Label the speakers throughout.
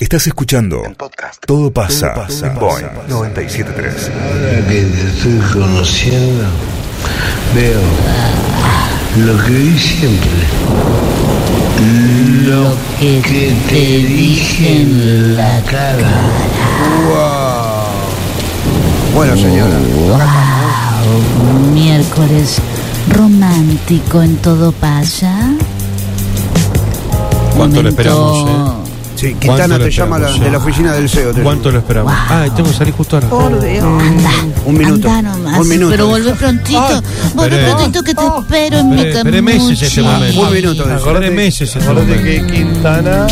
Speaker 1: Estás escuchando
Speaker 2: En podcast.
Speaker 1: Todo pasa, Boeing 973.
Speaker 3: Ahora que te estoy conociendo, veo lo que vi siempre. Lo que te dije en la cara.
Speaker 4: Bueno, señora.
Speaker 5: Wow, miércoles romántico en todo pasa.
Speaker 6: ¿Cuánto le
Speaker 5: Momento-
Speaker 6: esperamos, eh?
Speaker 4: Sí,
Speaker 6: ¿Cuánto
Speaker 4: Eh, Quintana
Speaker 6: le
Speaker 4: te llama la-
Speaker 6: esperamos,
Speaker 4: de
Speaker 6: eh?
Speaker 4: la oficina del CEO. te
Speaker 6: ¿Cuánto
Speaker 4: llama.
Speaker 6: lo esperamos? Ah, tengo que salir justo ahora.
Speaker 7: Por Dios.
Speaker 5: Anda,
Speaker 4: Un minuto.
Speaker 5: anda nomás,
Speaker 4: Un minuto. Ah,
Speaker 5: Pero volvé prontito. volvé
Speaker 6: esperé.
Speaker 5: prontito que te espero en mi
Speaker 6: Esperé- esperé meses ese momento.
Speaker 4: Un minuto.
Speaker 6: Acordé meses ese
Speaker 8: Acordate
Speaker 6: momento.
Speaker 8: que Quintana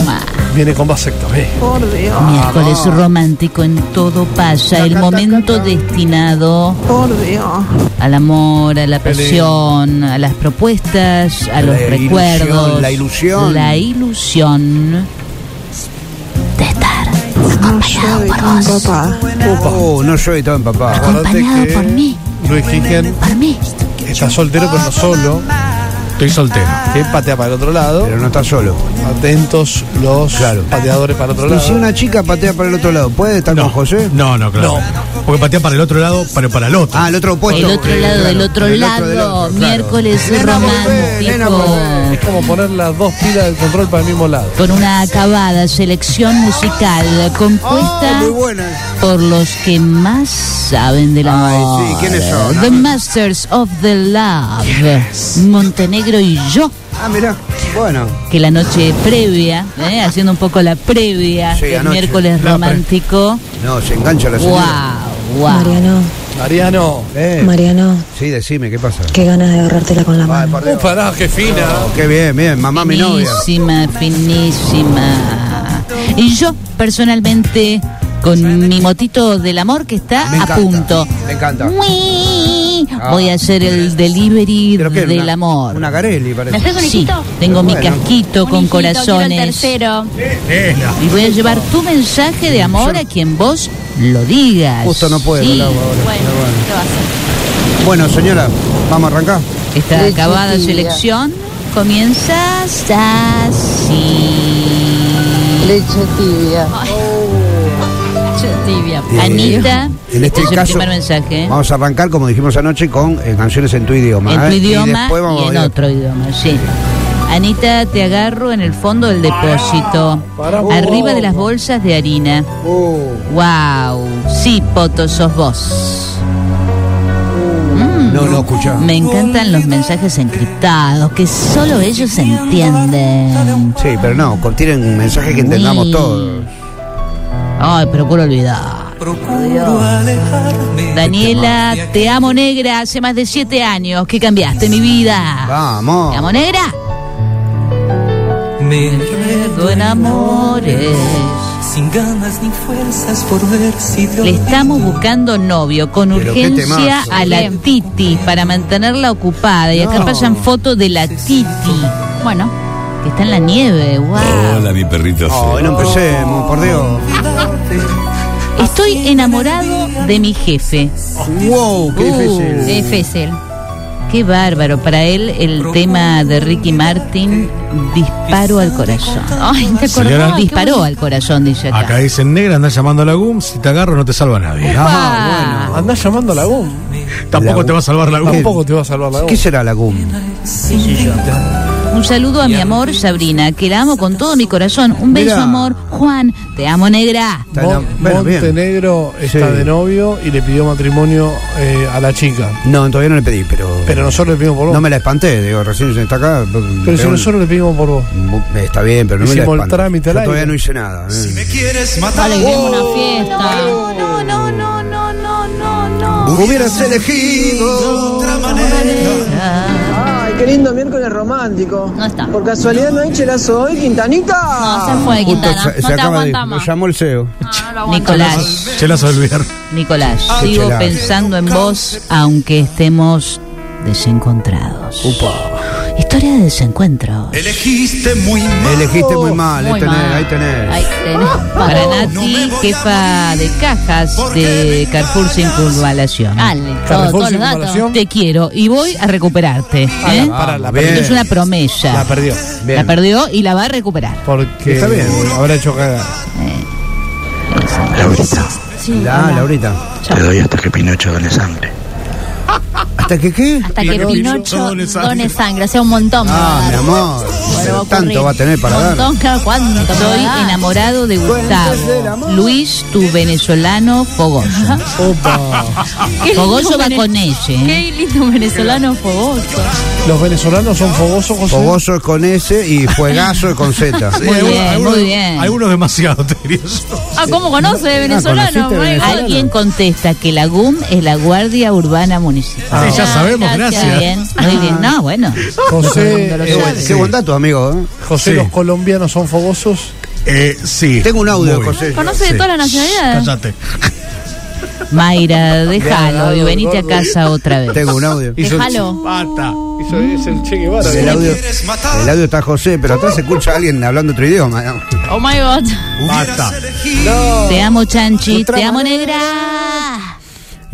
Speaker 8: viene con
Speaker 4: eh.
Speaker 8: vasectomía.
Speaker 7: Por Dios.
Speaker 5: Miércoles
Speaker 4: Ah,
Speaker 5: romántico en todo pasa. El momento destinado
Speaker 7: Por Dios.
Speaker 5: al amor, a la pasión, a las propuestas, a los
Speaker 4: ilusión,
Speaker 5: recuerdos.
Speaker 4: la ilusión.
Speaker 5: La ilusión de estar
Speaker 7: No soy tan papá.
Speaker 4: Oh, no soy tan papá.
Speaker 8: Acordate
Speaker 5: acompañado por
Speaker 8: que
Speaker 5: mí.
Speaker 8: Luis Gigen
Speaker 5: Por mí.
Speaker 8: está soltero, pero no solo.
Speaker 6: Estoy soltero.
Speaker 8: Que patea para el otro lado.
Speaker 4: Pero no está solo.
Speaker 8: Atentos los
Speaker 4: Claro.
Speaker 8: pateadores para el otro
Speaker 4: Y si
Speaker 8: lado.
Speaker 4: una chica patea para el otro lado, ¿puede estar con José?
Speaker 6: No, no, claro. Porque patea para el otro lado, pero para el otro.
Speaker 4: Ah, el otro opuesto.
Speaker 5: El otro
Speaker 4: Eh,
Speaker 5: lado,
Speaker 4: claro,
Speaker 5: del otro
Speaker 4: del
Speaker 5: lado,
Speaker 4: del otro, claro.
Speaker 5: miércoles
Speaker 4: Nena, volvé, nena, volvé.
Speaker 8: Es
Speaker 5: romántico.
Speaker 8: como poner las dos pilas del control para el mismo lado.
Speaker 5: Con una acabada selección musical compuesta
Speaker 4: Oh, Muy buena.
Speaker 5: por los que más saben del amor.
Speaker 4: Ay, sí, ¿quiénes son?
Speaker 5: The Masters of the Love. Montenegro y yo,
Speaker 4: Ah, mirá. Bueno.
Speaker 5: que la noche previa, ¿eh? haciendo un poco la previa
Speaker 4: Sí,
Speaker 5: del
Speaker 4: anoche.
Speaker 5: miércoles
Speaker 4: La pre-
Speaker 5: romántico.
Speaker 4: No, se engancha la
Speaker 5: Wow,
Speaker 4: señora.
Speaker 5: wow.
Speaker 9: Mariano,
Speaker 8: Mariano.
Speaker 4: Eh,
Speaker 9: Mariano,
Speaker 4: sí, decime, ¿qué pasa?
Speaker 9: qué ganas de agarrártela con la
Speaker 4: Ay,
Speaker 9: mano.
Speaker 4: por Dios.
Speaker 8: pará, qué fina.
Speaker 4: Qué bien, bien. Mamá, mi novia.
Speaker 5: Finísima, finísima. Y yo personalmente con mi motito del amor que está
Speaker 4: Me
Speaker 5: a
Speaker 4: encanta,
Speaker 5: punto.
Speaker 4: me encanta.
Speaker 5: Uy,
Speaker 4: Ah.
Speaker 5: Voy a hacer el delivery
Speaker 4: ¿Pero qué,
Speaker 5: del
Speaker 4: una-
Speaker 5: amor.
Speaker 4: Una Garelli, parece.
Speaker 5: Sí, tengo mi
Speaker 4: Bueno.
Speaker 5: casquito con corazones. Y voy a llevar tu mensaje de amor a quien vos lo digas.
Speaker 4: Justo no puedo,
Speaker 5: Sí.
Speaker 4: el agua ahora. Pero Bueno, Bueno, señora, vamos a arrancar.
Speaker 5: Esta acabada selección comienza así.
Speaker 7: Leche tibia.
Speaker 5: Anita,
Speaker 4: Eh, en este
Speaker 5: es el
Speaker 4: caso,
Speaker 5: primer mensaje. ¿eh?
Speaker 4: Vamos a arrancar, como dijimos anoche, con eh, canciones en tu idioma.
Speaker 5: En tu
Speaker 4: ¿eh?
Speaker 5: idioma
Speaker 4: después vamos
Speaker 5: y,
Speaker 4: a
Speaker 5: en
Speaker 4: ir-
Speaker 5: otro idioma, sí. Anita, te agarro en el fondo del depósito, arriba de las bolsas de harina.
Speaker 4: Oh,
Speaker 5: Wow, sí, Poto, sos vos.
Speaker 4: no, no, escuchá.
Speaker 5: Mm. Me encantan los mensajes encriptados que solo ellos entienden.
Speaker 4: Sí, pero no, contienen un mensaje que entendamos
Speaker 5: Uy.
Speaker 4: todos.
Speaker 5: Ay, procuro olvidar. Daniela, te amo negra, hace más de siete años que cambiaste mi vida.
Speaker 4: Vamos.
Speaker 5: ¿Te amo negra? Me enamores.
Speaker 10: Sin ganas ni fuerzas por ver si te
Speaker 5: Le estamos buscando novio con
Speaker 4: Pero qué
Speaker 5: urgencia
Speaker 4: temazo.
Speaker 5: a la Titi para mantenerla ocupada. Y acá
Speaker 4: No.
Speaker 5: pasan fotos de la Titi. Bueno, que está en la nieve, wow.
Speaker 2: Hola, mi perrito.
Speaker 4: Oh, no empecemos, por Dios.
Speaker 5: Estoy enamorado de mi jefe.
Speaker 4: Wow, qué
Speaker 5: Uh,
Speaker 4: difícil.
Speaker 5: qué difícil. Qué bárbaro. Para él, el tema de Ricky Martin, disparo al corazón. Ay, te acordás,
Speaker 6: Señora.
Speaker 5: Disparó al corazón, dice acá.
Speaker 6: Acá dicen negra, andás llamando a la GUM, si te agarro no te salva nadie.
Speaker 5: Ah,
Speaker 8: Andás llamando a la GUM.
Speaker 6: Tampoco
Speaker 4: La-
Speaker 6: te va a salvar la GUM.
Speaker 8: Tampoco te va a salvar la
Speaker 4: ¿Qué
Speaker 8: GUM.
Speaker 4: será la GUM?
Speaker 5: Un saludo a mi amor Sabrina, que la amo con todo mi corazón. Un beso,
Speaker 4: Mirá.
Speaker 5: amor. Juan, te amo, negra.
Speaker 4: Está
Speaker 8: Mon-
Speaker 4: enam- bueno, bien.
Speaker 8: Montenegro está
Speaker 4: Sí.
Speaker 8: de novio y le pidió matrimonio eh, a la chica.
Speaker 4: No, todavía no le pedí, pero.
Speaker 8: Pero nosotros le pedimos por vos.
Speaker 4: No me la espanté, digo, recién está acá.
Speaker 8: Pero si
Speaker 4: pegó un-
Speaker 8: nosotros le pedimos por vos.
Speaker 4: Bu- Está bien, pero no me la
Speaker 8: Hicimos el
Speaker 4: espanté.
Speaker 8: trámite al
Speaker 4: Yo todavía
Speaker 8: aire.
Speaker 4: no hice nada. eh.
Speaker 10: quieres matar.
Speaker 7: Oh.
Speaker 5: una fiesta. No, no, no, no, no, no, no, no.
Speaker 4: Hubieras elegido.
Speaker 7: Ay, qué lindo miércoles romántico.
Speaker 5: No está.
Speaker 7: Por casualidad no hay chelazo hoy, Quintanita.
Speaker 5: se fue
Speaker 4: Justo se, se acaba de. Lo llamó el CEO.
Speaker 5: Nicolás,
Speaker 6: Se las olvidar.
Speaker 5: Nicolás,
Speaker 4: Qué
Speaker 5: sigo
Speaker 4: chelada.
Speaker 5: pensando en vos, aunque estemos desencontrados. Historia de desencuentro.
Speaker 10: Elegiste muy mal.
Speaker 4: Elegiste muy mal, ahí tenés, ahí tenés.
Speaker 9: Oh,
Speaker 5: Para Nati, jefa de cajas de Carrefour sin curvalación.
Speaker 8: Carrefour sin población.
Speaker 5: Te quiero y voy a recuperarte. ¿eh?
Speaker 8: Pará, la
Speaker 4: Ah, Bien.
Speaker 5: Es una promesa.
Speaker 8: La perdió.
Speaker 4: Bien.
Speaker 5: La perdió y la va a recuperar.
Speaker 8: Porque
Speaker 4: Está bien.
Speaker 8: habrá hecho cagar.
Speaker 2: Laurita,
Speaker 5: Sí,
Speaker 4: La,
Speaker 5: hola.
Speaker 4: Laurita.
Speaker 2: te doy hasta que Pinocho done sangre.
Speaker 4: ¿Hasta que qué?
Speaker 5: Hasta que
Speaker 8: Pinocho
Speaker 5: Pinocho
Speaker 8: done
Speaker 5: done
Speaker 8: sangre.
Speaker 5: sangre, o sea, un montón. me va a
Speaker 4: Ah,
Speaker 5: dar.
Speaker 4: mi amor.
Speaker 5: Bueno, ocurrir.
Speaker 4: Tanto va a tener para
Speaker 5: Un
Speaker 4: dar.
Speaker 5: montón, claro, ¿cuánto? Estoy enamorado de Gustavo. Luis, tu venezolano fogoso.
Speaker 9: Qué
Speaker 5: Fogoso
Speaker 9: lindo
Speaker 5: va
Speaker 9: vene-
Speaker 5: con ese. ¿eh?
Speaker 9: Qué lindo venezolano fogoso.
Speaker 8: ¿Los venezolanos son fogosos, José?
Speaker 4: Fogoso es con S y fuegazo es con Z.
Speaker 5: Muy
Speaker 6: algunos-
Speaker 5: bien,
Speaker 6: algunos-
Speaker 5: muy bien.
Speaker 6: Algunos demasiado, te diría yo.
Speaker 9: Ah, ¿cómo conoce de venezolano?
Speaker 4: ¿conociste
Speaker 9: Bueno,
Speaker 4: venezolano?
Speaker 5: Alguien contesta que la GUM es la Guardia Urbana Municipal.
Speaker 9: Ah,
Speaker 6: Sí, ya sabemos,
Speaker 5: Muy
Speaker 6: gracias.
Speaker 5: bien, muy bien. No, bueno.
Speaker 8: José,
Speaker 5: Cuando lo
Speaker 8: eh,
Speaker 5: sabe.
Speaker 4: Qué buen dato, amigo. ¿eh?
Speaker 8: José,
Speaker 6: Sí.
Speaker 8: ¿los colombianos son fogosos?
Speaker 6: Eh, sí.
Speaker 4: Tengo un audio,
Speaker 6: Muy.
Speaker 4: José.
Speaker 9: Conoce de
Speaker 6: Sí.
Speaker 9: todas las nacionalidades.
Speaker 6: Cállate.
Speaker 5: Mayra, déjalo y venite a casa otra vez.
Speaker 4: Tengo un audio.
Speaker 9: Déjalo.
Speaker 8: Bata. Eso es el Che Guevara.
Speaker 4: El audio, el audio está José, pero atrás se escucha a alguien hablando otro idioma. ¿no?
Speaker 9: Oh my god.
Speaker 6: Basta.
Speaker 5: Te amo, Chanchi. Te amo, negra.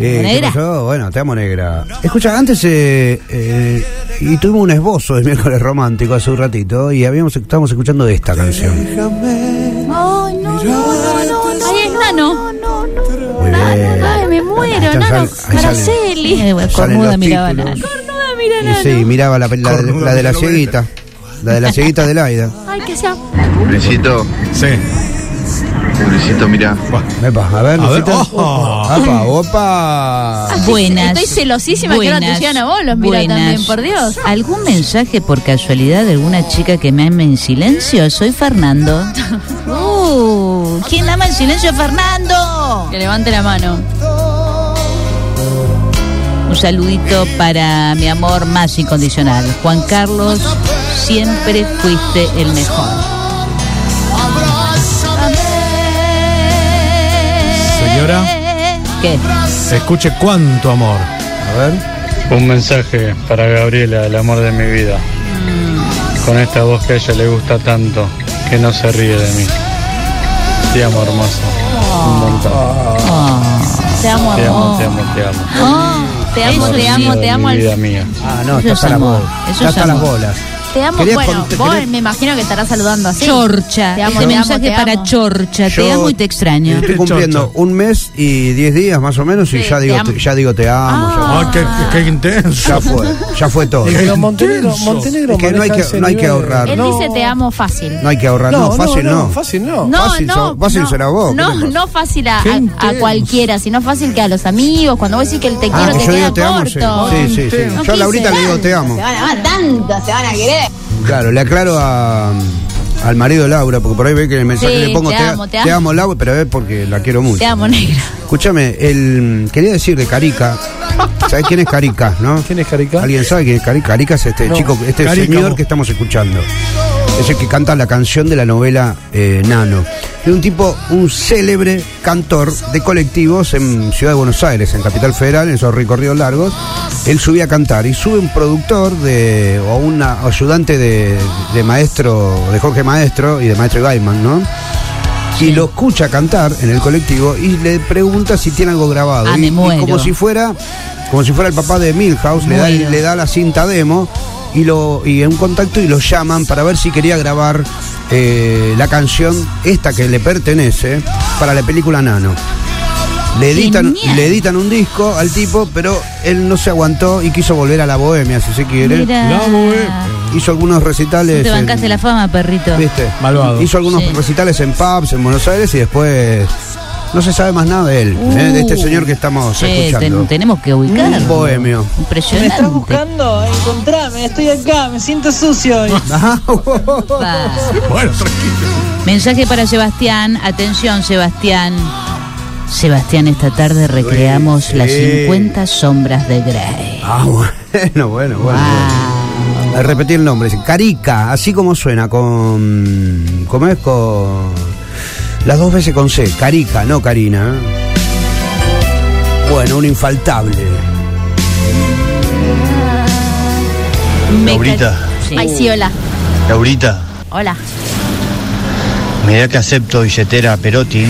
Speaker 4: Eh, ¿qué
Speaker 5: Negra.
Speaker 4: pasó? Bueno, te amo, negra. Escucha, antes eh, eh, y tuvimos un esbozo de miércoles romántico hace un ratito y habíamos estábamos escuchando de esta canción.
Speaker 9: Ay, no, no, no, no, no. Ahí es Nano.
Speaker 4: Muy bien.
Speaker 9: Ay, me muero,
Speaker 4: Eh, Ahí
Speaker 9: Nano.
Speaker 4: salen- ahí salen-
Speaker 9: Caraceli.
Speaker 5: Cornuda
Speaker 4: los
Speaker 5: miraba
Speaker 4: títulos.
Speaker 5: nada.
Speaker 9: Cornuda, mira,
Speaker 4: Y sí,
Speaker 9: Nano.
Speaker 4: miraba la, la, la de- la de la cieguita. La de la cieguita de Laida.
Speaker 9: Ay, que sea.
Speaker 2: Luisito,
Speaker 6: Sí.
Speaker 2: Luisito, mirá.
Speaker 4: Epa, a ver,
Speaker 6: A ver.
Speaker 4: Lucita.
Speaker 6: ojo.
Speaker 4: Apa, opa.
Speaker 5: Buenas.
Speaker 9: Estoy celosísima que ahora te llegan a vos los mira
Speaker 5: buenas.
Speaker 9: también, por Dios.
Speaker 5: ¿Algún mensaje por casualidad de alguna chica que me ame en silencio? Soy Fernando. Uh, ¿Quién ama en silencio, Fernando?
Speaker 9: Que levante la mano.
Speaker 5: Un saludito para mi amor más incondicional. Juan Carlos, siempre fuiste el mejor.
Speaker 6: Señora,
Speaker 5: ¿Qué?
Speaker 6: se escuche cuánto amor.
Speaker 4: A ver.
Speaker 11: Un mensaje para Gabriela, el amor de mi vida. Con esta voz que a ella le gusta tanto, que no se ríe de mí. Te amo, hermoso. Un montón.
Speaker 5: Te amo,
Speaker 11: Te amo,
Speaker 5: amor.
Speaker 11: te amo, te amo.
Speaker 5: te amo,
Speaker 11: Amor
Speaker 5: te
Speaker 11: mío
Speaker 5: amo,
Speaker 11: de
Speaker 5: te amo.
Speaker 11: Mi
Speaker 5: al-
Speaker 11: vida mía.
Speaker 4: Ah, no,
Speaker 5: Eso
Speaker 4: está
Speaker 5: es
Speaker 4: hasta las
Speaker 5: amor,
Speaker 4: bolas.
Speaker 5: eso
Speaker 4: Está
Speaker 5: es
Speaker 4: hasta las
Speaker 5: amor.
Speaker 4: bolas.
Speaker 9: Te amo,
Speaker 4: Querías
Speaker 9: bueno,
Speaker 4: cont-
Speaker 9: vos
Speaker 4: querías-
Speaker 9: me imagino que estarás saludando así.
Speaker 5: Chorcha.
Speaker 9: Te amo,
Speaker 5: este
Speaker 9: te amo,
Speaker 5: mensaje
Speaker 9: te
Speaker 5: para
Speaker 9: amo.
Speaker 5: Chorcha. te
Speaker 4: Yo-
Speaker 5: amo y te extraño.
Speaker 4: Estoy cumpliendo un mes y diez días más o menos y
Speaker 9: Sí,
Speaker 4: ya
Speaker 9: te Ah.
Speaker 4: digo
Speaker 9: amo.
Speaker 4: te, ya digo te amo. ya-
Speaker 6: Ay, qué, qué intenso.
Speaker 4: Ya fue, ya fue todo.
Speaker 8: Pero Montenegro,
Speaker 6: intenso.
Speaker 8: Montenegro
Speaker 4: Es que no hay
Speaker 8: maneja
Speaker 4: que-
Speaker 8: ese
Speaker 4: no hay que
Speaker 8: nivel.
Speaker 4: ahorrar.
Speaker 9: Él dice te amo fácil.
Speaker 4: No hay que ahorrar, no, fácil no.
Speaker 8: Fácil no.
Speaker 9: No,
Speaker 4: Fácil
Speaker 9: no.
Speaker 4: so- fácil
Speaker 9: no,
Speaker 4: será vos,
Speaker 9: No,
Speaker 4: ¿qué te pasa?
Speaker 9: no fácil a,
Speaker 6: Qué
Speaker 9: a- a
Speaker 6: intenso.
Speaker 9: cualquiera, sino fácil que a los amigos. Cuando vos decís que el te
Speaker 4: Ah,
Speaker 9: quiero,
Speaker 4: que
Speaker 9: te
Speaker 4: yo
Speaker 9: queda
Speaker 4: digo te amo, sí.
Speaker 9: corto.
Speaker 4: Sí, sí, sí.
Speaker 9: No
Speaker 4: Yo a
Speaker 9: quise.
Speaker 4: Laurita le digo te amo.
Speaker 9: van a amar tanto, se van a querer.
Speaker 4: Claro, le aclaro a- al marido de Laura, porque por ahí ve que en el mensaje
Speaker 9: Sí,
Speaker 4: le pongo
Speaker 9: te amo, te amo".
Speaker 4: Laura, pero es porque la quiero mucho.
Speaker 9: Te amo, negra.
Speaker 4: Escúchame, el, quería decir de Carica. ¿Sabes quién es Carica, no?
Speaker 8: ¿Quién es Carica?
Speaker 4: ¿Alguien sabe quién es Carica? Carica es este
Speaker 8: No.
Speaker 4: chico, este
Speaker 6: Carica,
Speaker 4: señor
Speaker 6: vos.
Speaker 4: que estamos escuchando. Es el que canta la canción de la novela eh, Nano. Es un tipo, un célebre cantor de colectivos en Ciudad de Buenos Aires, en Capital Federal, en esos recorridos largos. Él subía a cantar y sube un productor de, o un ayudante de, de maestro, de Jorge Maestro y de Maestro Gaiman, ¿no? Y lo escucha cantar en el colectivo y le pregunta si tiene algo grabado.
Speaker 5: Ah,
Speaker 4: y,
Speaker 5: me
Speaker 4: y
Speaker 5: muero.
Speaker 4: como si fuera, como si fuera el papá de Milhouse, le da,
Speaker 5: Muero.
Speaker 4: le da la cinta demo y lo y en contacto y lo llaman para ver si quería grabar eh, la canción esta que le pertenece para la película Nano. Le editan,
Speaker 5: Genial.
Speaker 4: le editan un disco al tipo, pero él no se aguantó y quiso volver a la bohemia, si se quiere.
Speaker 5: Mira.
Speaker 6: La bohemia.
Speaker 4: eh. Hizo algunos recitales.
Speaker 5: Te
Speaker 4: en-
Speaker 5: bancaste la fama, perrito.
Speaker 4: ¿Viste?
Speaker 6: Malvado.
Speaker 4: Hizo algunos
Speaker 5: Sí.
Speaker 4: recitales en pubs en Buenos Aires y después no se sabe más nada de él,
Speaker 5: Uh.
Speaker 4: ¿eh? de este señor que estamos
Speaker 5: Che,
Speaker 4: escuchando.
Speaker 5: Eh, ten- tenemos que ubicar.
Speaker 4: Un bohemio.
Speaker 7: Me
Speaker 5: Impresionante.
Speaker 7: estás buscando, encontrame, estoy acá, me siento sucio hoy.
Speaker 4: Ajá.
Speaker 5: Pa.
Speaker 6: Bueno, tranquilo.
Speaker 5: Mensaje para Sebastián. Atención, Sebastián. Sebastián, esta tarde recreamos
Speaker 4: Sí.
Speaker 5: las 50 sombras de Grey. Ah.
Speaker 4: Ah, bueno, bueno, bueno. bueno. A repetir el nombre, dice, Carica, así como suena, con. ¿Cómo es? Con. Las dos veces con C, Carica, no Karina. ¿eh? Bueno, un infaltable.
Speaker 5: Me
Speaker 2: Laurita.
Speaker 5: ca- Sí.
Speaker 9: Ay, sí, hola.
Speaker 2: Laurita,
Speaker 9: Hola.
Speaker 12: Mirá que acepto billetera Perotti.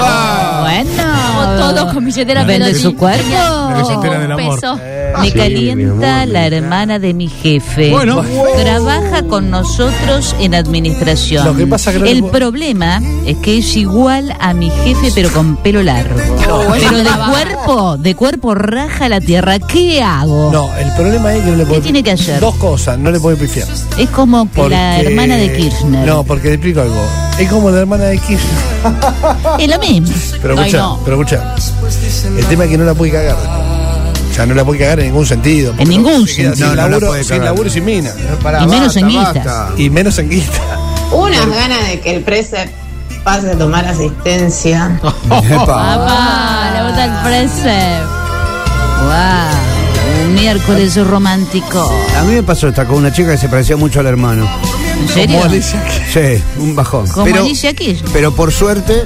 Speaker 4: Ah.
Speaker 5: Bueno.
Speaker 9: Todos con billetera
Speaker 5: Vende
Speaker 9: Perotti.
Speaker 5: su cuerpo.
Speaker 9: Tenía
Speaker 5: Billetera
Speaker 9: como un
Speaker 6: del amor.
Speaker 9: peso.
Speaker 5: Me
Speaker 12: Sí, mi
Speaker 5: calienta
Speaker 12: amor,
Speaker 5: la hermana de mi jefe.
Speaker 6: Bueno.
Speaker 5: trabaja con nosotros en administración.
Speaker 8: Lo que pasa que no
Speaker 5: el
Speaker 8: le-
Speaker 5: problema es que es igual a mi jefe, pero con pelo largo. pero de cuerpo, de cuerpo raja la tierra. ¿Qué hago?
Speaker 8: No, el problema es que no le puede.
Speaker 5: tiene que hacer?
Speaker 8: Dos cosas, no le puede pifiar.
Speaker 5: Es como que
Speaker 8: Porque-
Speaker 5: la hermana de Kirchner.
Speaker 8: No, porque te explico algo. Es como la hermana de Kirchner.
Speaker 5: Es lo mismo.
Speaker 8: Pero
Speaker 9: Ay,
Speaker 8: escucha,
Speaker 9: no.
Speaker 8: pero escucha. El tema es que no la puede cagar. después. O sea, no la puede cagar en ningún sentido. porque
Speaker 5: ningún
Speaker 8: se queda
Speaker 5: sentido.
Speaker 8: Sin
Speaker 4: No, no la
Speaker 8: laburo,
Speaker 4: puede
Speaker 8: sin
Speaker 4: cagar.
Speaker 8: laburo y sin mina.
Speaker 5: Y menos en guita.
Speaker 8: Y menos en guita.
Speaker 13: Unas ganas de que el precept pase a tomar asistencia.
Speaker 5: Ah,
Speaker 9: Papá, la vuelta del precept.
Speaker 5: Wow. Un miércoles romántico.
Speaker 4: A mí me pasó esta con una chica que se parecía mucho al hermano.
Speaker 5: ¿En serio?
Speaker 4: Sí, un bajón.
Speaker 5: Como
Speaker 4: Pero,
Speaker 5: dice aquí.
Speaker 4: pero por suerte,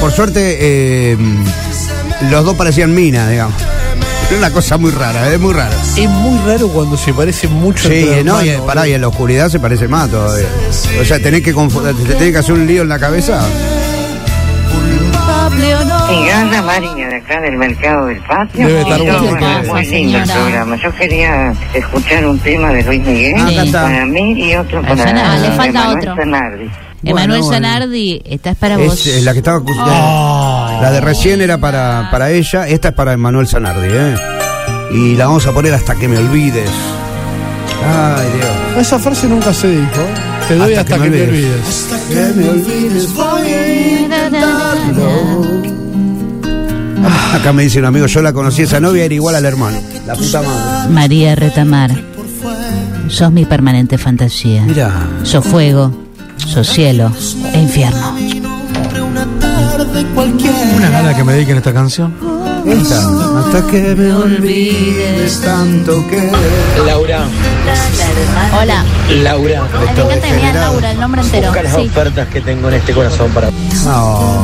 Speaker 4: por suerte, eh, los dos parecían mina, digamos. Es una cosa muy rara, es muy rara.
Speaker 8: Es muy raro cuando se parece mucho
Speaker 4: Sí,
Speaker 8: entre
Speaker 4: no, y,
Speaker 8: hermanos,
Speaker 4: pará, y en la oscuridad se parece más todavía. O sea, tenés que, confu- te tenés que hacer un lío en la cabeza.
Speaker 14: Ana María de acá del mercado del patio.
Speaker 8: Debe estar
Speaker 14: Y
Speaker 8: bueno.
Speaker 14: todo,
Speaker 8: Pasa,
Speaker 14: muy lindo el
Speaker 5: Este señora.
Speaker 14: programa. Yo quería escuchar un tema de Luis Miguel
Speaker 5: Ah, acá está.
Speaker 14: para mí y otro para
Speaker 5: Sanardi.
Speaker 9: Ah, Le falta
Speaker 14: Manuel
Speaker 9: otro.
Speaker 14: Sanardi.
Speaker 5: Emanuel
Speaker 4: bueno.
Speaker 5: Zanardi, estás para vos.
Speaker 4: Es, eh, la que estaba acu- La de recién era para, para ella, esta es para Emanuel Zanardi, ¿eh? Y la vamos a poner hasta que me olvides. Ay, Dios.
Speaker 8: ¿no? Esa frase nunca se dijo. Te doy hasta, que, me olvides.
Speaker 4: Que me olvides, voy a ir. Acá me dice un amigo, yo la conocí, esa novia era igual al hermano. La puta madre.
Speaker 5: María Retamar, sos mi permanente fantasía.
Speaker 4: Mira,
Speaker 5: Sos fuego, sos cielo e infierno.
Speaker 6: Una gana que me dediquen esta canción.
Speaker 4: esta. Hasta que me olvides tanto que.
Speaker 15: Laura,
Speaker 9: Hola.
Speaker 15: Laura,
Speaker 9: Me encanta que me digan Laura, el nombre entero.
Speaker 15: busca las
Speaker 9: Sí.
Speaker 15: ofertas que tengo en este corazón para
Speaker 4: No.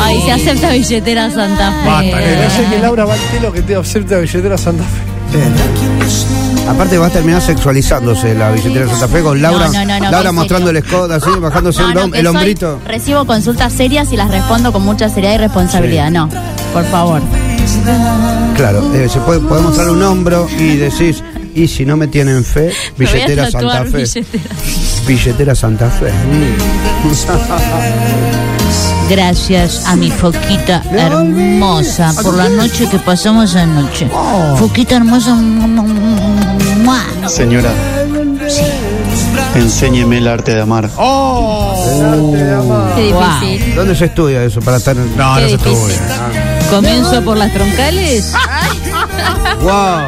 Speaker 9: Ay, se acepta billetera Santa Fe.
Speaker 8: No sé que Laura Valtelo que te acepta billetera Santa Fe.
Speaker 4: Aparte va a terminar sexualizándose la billetera de Santa Fe con Laura,
Speaker 9: No, no, no, no,
Speaker 4: Laura
Speaker 9: en
Speaker 4: mostrando el
Speaker 9: serio.
Speaker 4: escoda así, bajándose
Speaker 9: No,
Speaker 4: el,
Speaker 9: no,
Speaker 4: hom-
Speaker 9: que
Speaker 4: el
Speaker 9: soy-
Speaker 4: hombrito.
Speaker 9: Recibo consultas serias y las respondo con mucha seriedad y responsabilidad. No, por favor.
Speaker 4: Claro, eh, se puede, podemos mostrar un hombro y decís, y si no me tienen fe,
Speaker 9: Me voy a
Speaker 4: billetera
Speaker 9: tatuar
Speaker 4: Santa Fe.
Speaker 9: billetera.
Speaker 4: Billetera Santa Fe. Mm.
Speaker 5: Gracias a mi foquita hermosa por la noche que pasamos anoche. Foquita hermosa. mua.
Speaker 12: Señora, enséñeme el arte de amar.
Speaker 9: Qué
Speaker 5: Guau.
Speaker 9: difícil.
Speaker 4: ¿Dónde se estudia eso para estar en...
Speaker 6: No,
Speaker 9: Qué
Speaker 6: no se
Speaker 9: difícil.
Speaker 6: estuvo bien.
Speaker 5: Comienzo por las troncales.
Speaker 4: Wow.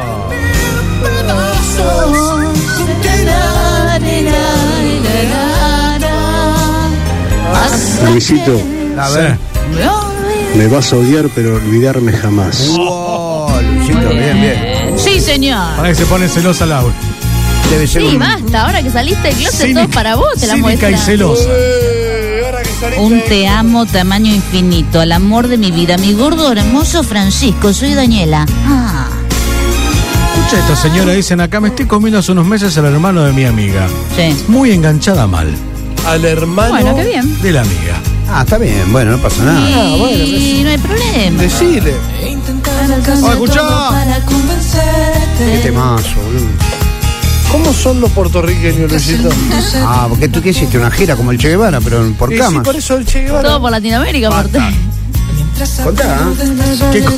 Speaker 16: Luisito,
Speaker 4: A ver.
Speaker 16: me vas a odiar, pero olvidarme jamás.
Speaker 4: Wow, Luisito, bien, bien.
Speaker 9: Sí, señor.
Speaker 6: Para que se pone celosa Laura.
Speaker 4: Debe ser
Speaker 9: Sí,
Speaker 4: un-
Speaker 9: basta. Ahora que saliste del closet,
Speaker 6: Cínica-
Speaker 9: todo para vos te la
Speaker 6: cínica
Speaker 9: muestra.
Speaker 6: y celosa.
Speaker 8: Eh,
Speaker 5: Un te amo tamaño infinito, al amor de mi vida, mi gordo hermoso Francisco, soy Daniela. Ah.
Speaker 6: Escucha esto, señora. Dicen acá, me estoy comiendo hace unos meses al hermano de mi amiga.
Speaker 5: Sí.
Speaker 6: Muy enganchada mal.
Speaker 8: Al hermano.
Speaker 9: Bueno, qué bien.
Speaker 6: De la amiga.
Speaker 4: Ah, está bien, bueno, no pasa nada.
Speaker 8: bueno,
Speaker 5: y no hay problema.
Speaker 8: Decile. Ah,
Speaker 6: Oh, escuchá.
Speaker 4: Qué temazo, boludo.
Speaker 8: ¿Cómo son los puertorriqueños, Luisito?
Speaker 4: Ah, porque tú qué hiciste, una gira como el Che Guevara, pero por
Speaker 8: Y sí,
Speaker 4: cama.
Speaker 8: por eso el Che Guevara.
Speaker 9: Todo por Latinoamérica, aparte.
Speaker 4: Contá, ¿eh?
Speaker 6: ¿Qué cosa?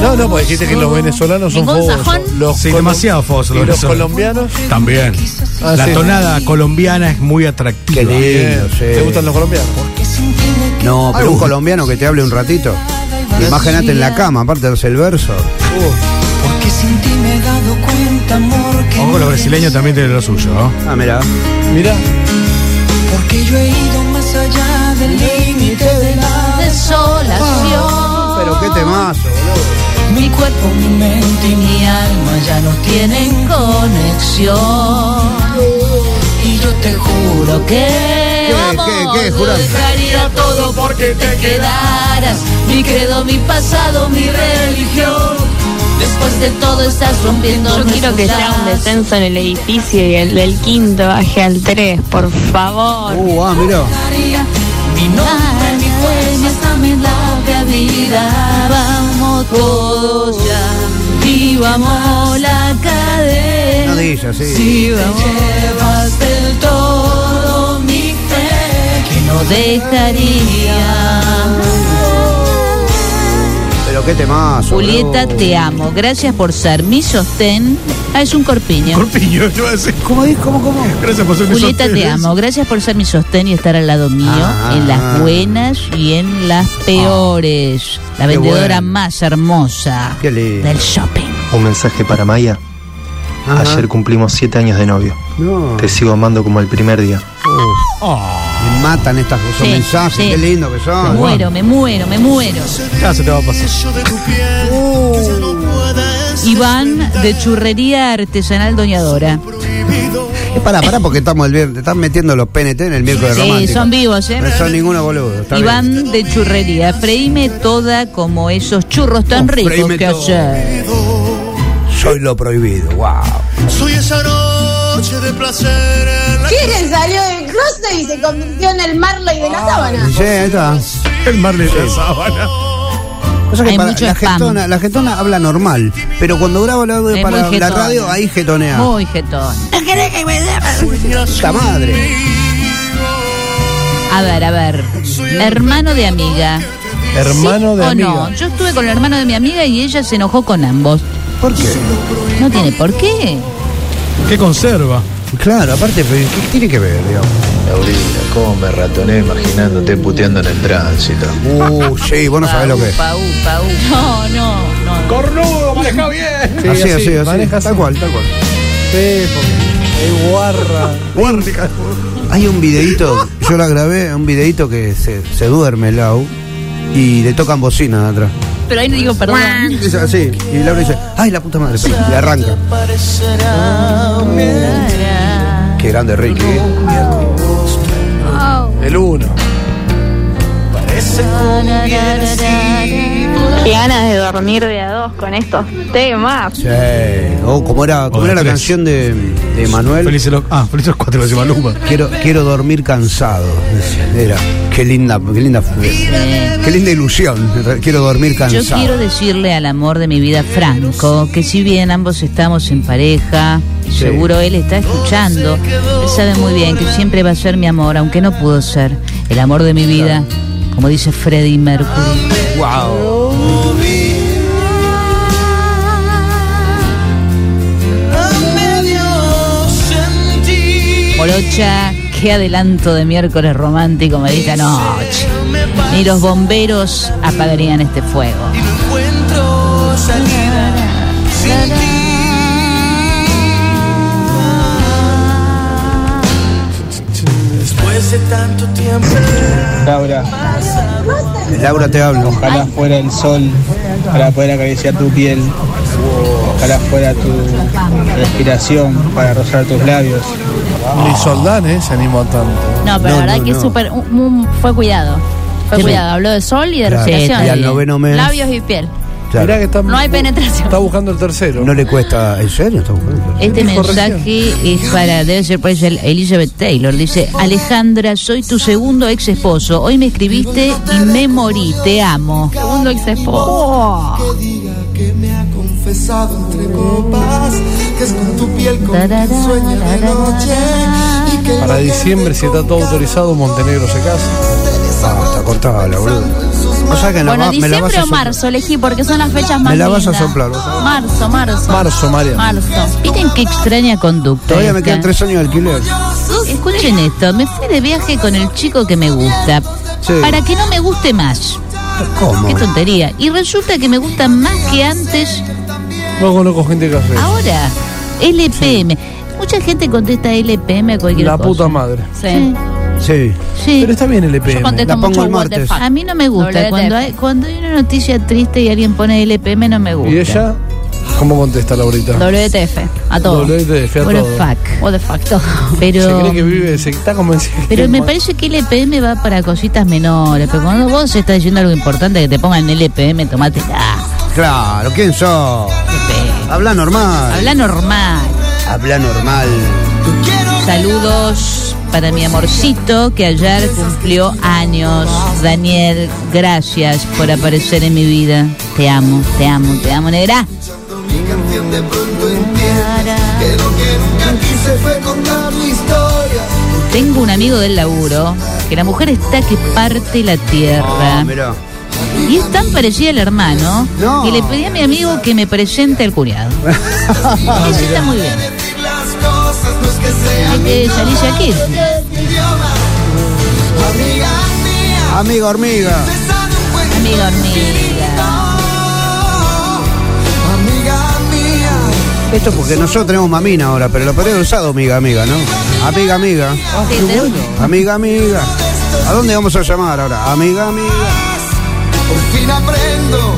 Speaker 8: No, no, porque dijiste que los venezolanos son
Speaker 9: Ningún
Speaker 8: fogosos.
Speaker 9: sajón.
Speaker 8: Los
Speaker 6: Sí,
Speaker 8: colom-
Speaker 6: demasiado foso.
Speaker 8: Y los colombianos.
Speaker 6: También.
Speaker 8: Ah,
Speaker 6: la
Speaker 8: sí.
Speaker 6: tonada colombiana es muy atractiva.
Speaker 4: Qué lindo,
Speaker 8: Bien.
Speaker 4: sí.
Speaker 8: ¿Te gustan los colombianos?
Speaker 4: No, pero un colombiano que te hable un ratito. Imagínate en la cama, aparte de el verso.
Speaker 10: Porque sin ti me he dado cuenta, amor, que
Speaker 6: Ojo,
Speaker 10: no
Speaker 6: los brasileños también tienen lo suyo, ¿no?
Speaker 4: Ah, mira.
Speaker 8: Mirá.
Speaker 10: eres- Porque yo he ido más allá del límite de la
Speaker 9: Desolación.
Speaker 4: Pero qué temazo, boludo.
Speaker 10: Mi cuerpo, mi mente y mi alma ya no tienen
Speaker 5: Conexión.
Speaker 10: Y yo te juro que
Speaker 5: ¿Qué,
Speaker 4: qué, qué, jurás?
Speaker 5: Dejaría todo porque te quedaras. Mi credo, mi pasado, mi religión.
Speaker 10: Después de todo estás rompiendo
Speaker 17: Yo quiero que sea un descenso en el edificio y el del quinto baje al tres, por favor.
Speaker 4: Uh, ah, mirá.
Speaker 10: Mi nombre, mi fuerza, me la vida. Vamos todos ya y vamos la cadena.
Speaker 4: No dice así.
Speaker 10: Si me llevas del todo mi fe, que no dejaría.
Speaker 4: Pero qué temazo.
Speaker 5: Julieta, te amo. Gracias por ser mi sostén. Ah, es un corpiño.
Speaker 6: Corpiño, yo voy a decir.
Speaker 4: ¿Cómo es? ¿Cómo, cómo?
Speaker 6: Gracias por ser mi
Speaker 5: Julieta, te
Speaker 6: sostén.
Speaker 5: amo. Gracias por ser mi sostén y estar al lado mío
Speaker 6: Ah. Ah.
Speaker 5: en las buenas y en las peores. la
Speaker 6: qué
Speaker 5: vendedora
Speaker 6: bueno.
Speaker 5: más hermosa del shopping.
Speaker 12: Un mensaje para Maya.
Speaker 4: Ajá.
Speaker 12: Ayer cumplimos siete años de novio.
Speaker 4: No.
Speaker 12: Te sigo amando como el primer día.
Speaker 4: Me matan estas cosas,
Speaker 5: Sí,
Speaker 4: mensajes,
Speaker 5: sí.
Speaker 4: qué lindo que son.
Speaker 5: Me muero, me muero, me muero.
Speaker 6: Ah,
Speaker 5: Uh.
Speaker 6: Ya se te va a pasar.
Speaker 5: Iván de Churrería Artesanal Doñadora.
Speaker 4: Eh, pará, pará, porque estamos el viernes, están metiendo los PNT en el miércoles
Speaker 5: Sí,
Speaker 4: romántico.
Speaker 5: son vivos, ¿eh?
Speaker 4: No son ninguno boludo. está bien.
Speaker 5: Iván de Churrería, freíme toda como esos churros tan ricos
Speaker 4: freíme
Speaker 5: que
Speaker 4: todo.
Speaker 5: ayer.
Speaker 4: Soy lo prohibido, wow.
Speaker 18: Soy esa noche de placer en la
Speaker 19: Kiren salió del closet y se convirtió en el Marley de la
Speaker 4: Ah,
Speaker 19: sábana.
Speaker 4: Sí, ahí está.
Speaker 6: El Marley de la sábana.
Speaker 4: Pasa que
Speaker 5: Hay
Speaker 4: para-
Speaker 5: mucho
Speaker 4: la,
Speaker 5: spam.
Speaker 4: getona, la getona habla normal, pero cuando graba la,
Speaker 5: Es
Speaker 4: para
Speaker 5: muy
Speaker 4: la
Speaker 5: getona.
Speaker 4: radio, ahí
Speaker 6: Ah.
Speaker 4: getonea.
Speaker 5: Muy jetón.
Speaker 4: Puta madre.
Speaker 5: A ver, a ver. Hermano de amiga.
Speaker 8: Hermano
Speaker 5: ¿Sí
Speaker 8: de
Speaker 5: o
Speaker 8: amiga.
Speaker 5: no? Yo estuve con el hermano de mi amiga y ella se enojó con ambos.
Speaker 4: ¿Por qué?
Speaker 5: No tiene por qué.
Speaker 6: ¿Qué conserva?
Speaker 4: Claro, aparte, pero ¿qué tiene que ver, digamos?
Speaker 8: Laurina, cómo me ratoné imaginándote puteando en el tránsito.
Speaker 4: Uh, sí, vos no sabés lo que es.
Speaker 5: Upa, upa, upa. No, no, no.
Speaker 6: ¡Cornudo, maneja bien!
Speaker 8: Sí,
Speaker 4: así,
Speaker 8: así,
Speaker 4: así, así.
Speaker 8: maneja
Speaker 4: Tal cual, tal cual.
Speaker 8: Sí, porque es guarra.
Speaker 4: Hay un videito, yo la grabé, un videito que se, se duerme Lau y le tocan bocina de atrás.
Speaker 9: Pero ahí no digo perdón.
Speaker 4: Dice así, y Laura dice, ay la puta madre, pero le arranca. Qué grande Ricky.
Speaker 8: El uno.
Speaker 17: Qué ganas de dormir de a dos con estos temas.
Speaker 4: Sí. Oh, ¿cómo era, cómo
Speaker 6: O de
Speaker 4: era la
Speaker 6: tres.
Speaker 4: canción de, de Manuel?
Speaker 6: Felices los, ah, felices los cuatro, lo decía Maluma.
Speaker 4: Quiero, quiero dormir cansado. decía. Era. Qué linda, qué linda, qué linda ilusión. Quiero dormir
Speaker 5: Yo
Speaker 4: cansado.
Speaker 5: quiero decirle al amor de mi vida, Franco, que si bien ambos estamos en pareja, y
Speaker 4: Sí.
Speaker 5: seguro él está escuchando, él sabe muy bien que siempre va a ser mi amor, aunque no pudo ser el amor de mi vida, como dice Freddie Mercury.
Speaker 4: Wow.
Speaker 5: Morocha, qué adelanto de miércoles romántico, medita noche. Ni los bomberos apagarían este fuego.
Speaker 10: encuentro salida sin ti. Después de tanto tiempo.
Speaker 15: Laura,
Speaker 4: Laura te hablo.
Speaker 15: ojalá fuera el sol para poder acariciar tu piel. Ojalá fuera tu respiración para rozar tus labios.
Speaker 4: Ah.
Speaker 8: Ni Soldán, eh, se animó tanto.
Speaker 9: No, pero
Speaker 4: No,
Speaker 9: la verdad
Speaker 4: no,
Speaker 9: que
Speaker 4: no.
Speaker 9: es súper. un- un- Fue cuidado. Fue
Speaker 5: Sí.
Speaker 9: cuidado. Habló de sol y de
Speaker 4: Claro,
Speaker 9: respiración.
Speaker 4: y al noveno mes.
Speaker 9: Labios y piel.
Speaker 4: Claro.
Speaker 8: Mirá que está,
Speaker 9: No hay penetración.
Speaker 8: está buscando el tercero.
Speaker 4: No le cuesta, ¿en serio? Está buscando.
Speaker 5: Este
Speaker 8: Dijo
Speaker 5: mensaje es para, debe ser para ella, Elizabeth Taylor. Dice, Alejandra, soy tu segundo ex esposo. Hoy me escribiste y me morí, te amo.
Speaker 9: Segundo ex
Speaker 18: Que diga que me ha confesado entre copas, que es con tu piel como un sueño de noche. Y que
Speaker 8: Para diciembre, si está todo autorizado, Montenegro se casa.
Speaker 4: Ah, está cortada la boluda. O sea que la
Speaker 9: Bueno,
Speaker 4: va- me la vas
Speaker 9: diciembre
Speaker 4: a
Speaker 9: o
Speaker 4: soplar.
Speaker 9: marzo elegí porque son las fechas más
Speaker 4: Me la vas a
Speaker 9: lindas.
Speaker 4: soplar, vos ¿eh? sabés.
Speaker 9: Marzo, marzo.
Speaker 8: Marzo, María.
Speaker 9: Marzo.
Speaker 5: Miren qué extraña conducta.
Speaker 4: Todavía
Speaker 5: esta.
Speaker 4: me quedan tres años de alquiler.
Speaker 5: Escuchen esto, me fui de viaje con el chico que me gusta.
Speaker 4: Sí.
Speaker 5: Para que no me guste más.
Speaker 4: ¿Cómo?
Speaker 5: Qué tontería. Y resulta que me gusta más que antes.
Speaker 8: No conozco gente que hace eso.
Speaker 5: Ahora, LPM. Mucha gente contesta LPM a cualquier
Speaker 8: La
Speaker 5: cosa.
Speaker 8: puta madre.
Speaker 9: Sí.
Speaker 4: Sí.
Speaker 5: Sí.
Speaker 8: Pero está bien el E
Speaker 9: Yo
Speaker 8: EPM.
Speaker 9: contesto
Speaker 4: La pongo
Speaker 9: mucho
Speaker 4: el
Speaker 9: what the
Speaker 4: martes.
Speaker 9: fuck.
Speaker 5: A mí no me gusta.
Speaker 9: WTF.
Speaker 5: Cuando hay, cuando hay una noticia triste y alguien pone LPM, no me gusta.
Speaker 8: ¿Y ella? ¿Cómo contesta Laurita?
Speaker 9: WTF. A todo.
Speaker 8: WTF a
Speaker 5: What a
Speaker 8: todo.
Speaker 5: fuck.
Speaker 9: What the fuck. Todo.
Speaker 8: Se
Speaker 5: Pero,
Speaker 8: cree que vive, se está convencida. que
Speaker 5: pero
Speaker 8: es
Speaker 5: me
Speaker 8: mal.
Speaker 5: parece que E LPM E va para cositas menores. Pero cuando vos estás diciendo algo importante, que te pongan LPM, tomate la.
Speaker 4: Claro, ¿quién sos? Habla normal.
Speaker 5: E Habla normal.
Speaker 4: Habla normal.
Speaker 5: Saludos para mi amorcito que ayer cumplió años. Daniel, gracias por aparecer en mi vida. Te amo, te amo, te amo, negra.
Speaker 18: Mi canción de pronto entiende que lo que nunca quise fue contar mi historia.
Speaker 5: Tengo un amigo del laburo que la mujer está que parte la tierra.
Speaker 4: Oh, mirá.
Speaker 5: Y es tan parecida al hermano que le pedí a mi amigo que me presente al cuñado. Eso está muy bien. Hay que salir de aquí.
Speaker 4: Amiga hormiga.
Speaker 5: Amigo hormiga.
Speaker 4: Esto es porque nosotros tenemos mamina ahora, pero lo podría haber usado amiga, amiga, ¿no? Amiga, amiga.
Speaker 5: Sí, te-
Speaker 4: Amiga, amiga. ¿A dónde vamos a llamar ahora? Amiga, amiga.
Speaker 18: Por fin aprendo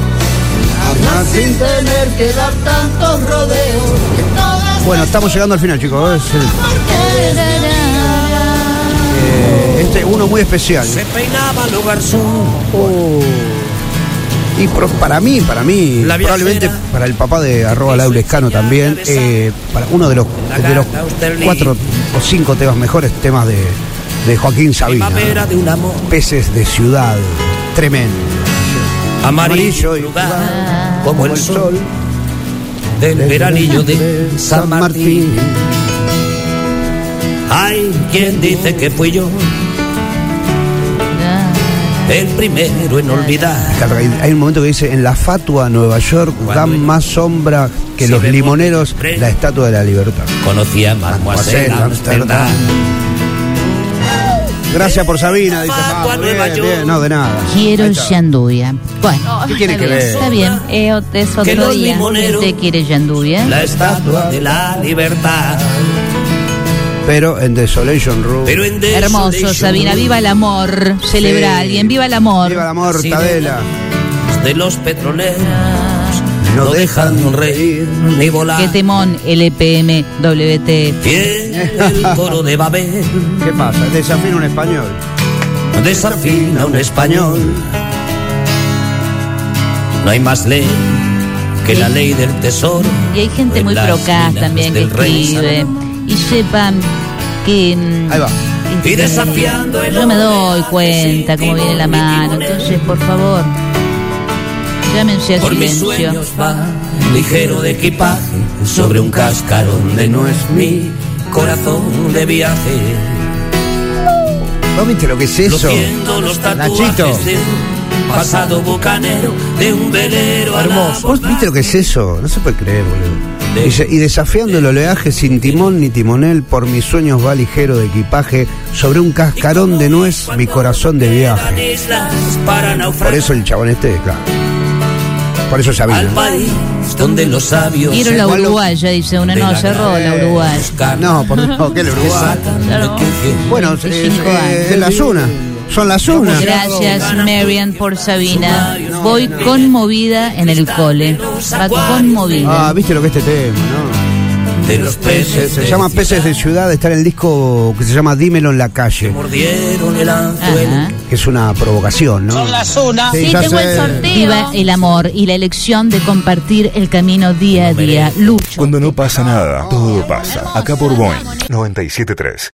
Speaker 18: a hablar sin tener que dar tantos rodeos. Que todas
Speaker 4: Bueno, estamos llegando al final, chicos. Es el- eh, este uno muy especial. Oh.
Speaker 10: peinaba lo garzón.
Speaker 4: Y pro- para mí, para mí,
Speaker 10: La viajera.
Speaker 4: probablemente para el papá de arroba laulescano también, eh, para uno de los, de los cuatro o cinco temas mejores temas de, de Joaquín Sabina.
Speaker 10: Primavera de un amor.
Speaker 4: Peces de ciudad. Tremendo.
Speaker 10: Amarillo, y lugar, como el sol del veranillo de San Martín. Hay quien dice que fui yo el primero en olvidar.
Speaker 4: Claro, Hay, hay un momento que dice, en la fatua Nueva York dan más sombra que los limoneros la estatua de la libertad.
Speaker 10: Conocí a Mademoiselle
Speaker 4: Mademoiselle
Speaker 10: Amsterdam.
Speaker 4: Gracias por Sabina, dice Pablo. Bien, bien, no, de nada.
Speaker 5: Quiero Yanduya. Bueno,
Speaker 4: ¿Qué tiene que ver?
Speaker 5: está bien. Eh, o- es
Speaker 10: Que
Speaker 5: otro
Speaker 10: los
Speaker 5: día.
Speaker 10: limoneros-
Speaker 5: ¿Usted quiere Yanduya?
Speaker 10: La estatua de la libertad.
Speaker 4: Pero en Desolation Room.
Speaker 10: Pero en
Speaker 5: Hermoso,
Speaker 10: Desolation
Speaker 5: Sabina.
Speaker 10: Room,
Speaker 5: Viva el amor. Celebra a alguien. Viva el amor.
Speaker 4: Viva el amor,
Speaker 10: Sí,
Speaker 4: Tadela.
Speaker 10: De los petroleros no dejan reír ni
Speaker 5: Qué
Speaker 10: volar.
Speaker 5: temón, LPM, WT.
Speaker 10: Fiel el coro de Babel
Speaker 4: ¿Qué pasa? Desafina un español.
Speaker 10: desafina un español. No hay más ley que la ley del tesoro.
Speaker 5: Y hay gente muy
Speaker 10: Las
Speaker 5: procaz
Speaker 10: minas
Speaker 5: también que
Speaker 10: del rey
Speaker 5: escribe. Y sepan que. mm,
Speaker 4: Ahí va.
Speaker 5: este,
Speaker 10: Y desafiando el
Speaker 5: Yo me
Speaker 10: hombre
Speaker 5: doy cuenta cómo viene la mano. Entonces, por favor, llámense a
Speaker 10: Por mis
Speaker 5: silencio.
Speaker 10: sueños va ligero de equipaje sobre un cascarón de no es mi corazón de viaje.
Speaker 4: ¿No viste lo que es eso?
Speaker 10: Luciendo los tatuajes
Speaker 4: Nachito.
Speaker 10: de un pasado bucanero de un velero a la
Speaker 4: ¿Vos viste lo que es eso? No se puede creer, boludo. Dice, y desafiando el oleaje sin timón ni timonel, por mis sueños va ligero de equipaje, sobre un cascarón de nuez, mi corazón de
Speaker 10: Quedan
Speaker 4: viaje.
Speaker 10: islas para
Speaker 4: Por
Speaker 10: naufragar
Speaker 4: eso el chabón este, claro. Por eso
Speaker 10: al
Speaker 4: Sabina.
Speaker 10: país donde los sabios
Speaker 5: Quiero la uruguaya, dice una. No, cerró la uruguaya.
Speaker 4: No, por no, que el Uruguay. Bueno, es, eh, es la Zuna. Son las Zuna.
Speaker 5: Gracias, Marian, por Sabina. Voy conmovida en el cole. Va conmovida.
Speaker 4: Ah, viste lo que es este tema, ¿no?
Speaker 10: de los
Speaker 4: Se,
Speaker 10: peces
Speaker 4: se
Speaker 10: de
Speaker 4: llama Peces de Ciudad, está en el disco que se llama Dímelo en la calle,
Speaker 10: mordieron el anzuelo.
Speaker 5: Ajá.
Speaker 4: que es una provocación, ¿no?
Speaker 5: una.
Speaker 4: Sí, Sí, ya tengo sé. el
Speaker 5: sorteo. Viva el amor y la elección de compartir el camino día a día. Lucho.
Speaker 1: Cuando no pasa nada, todo pasa. Acá por Boeing 973.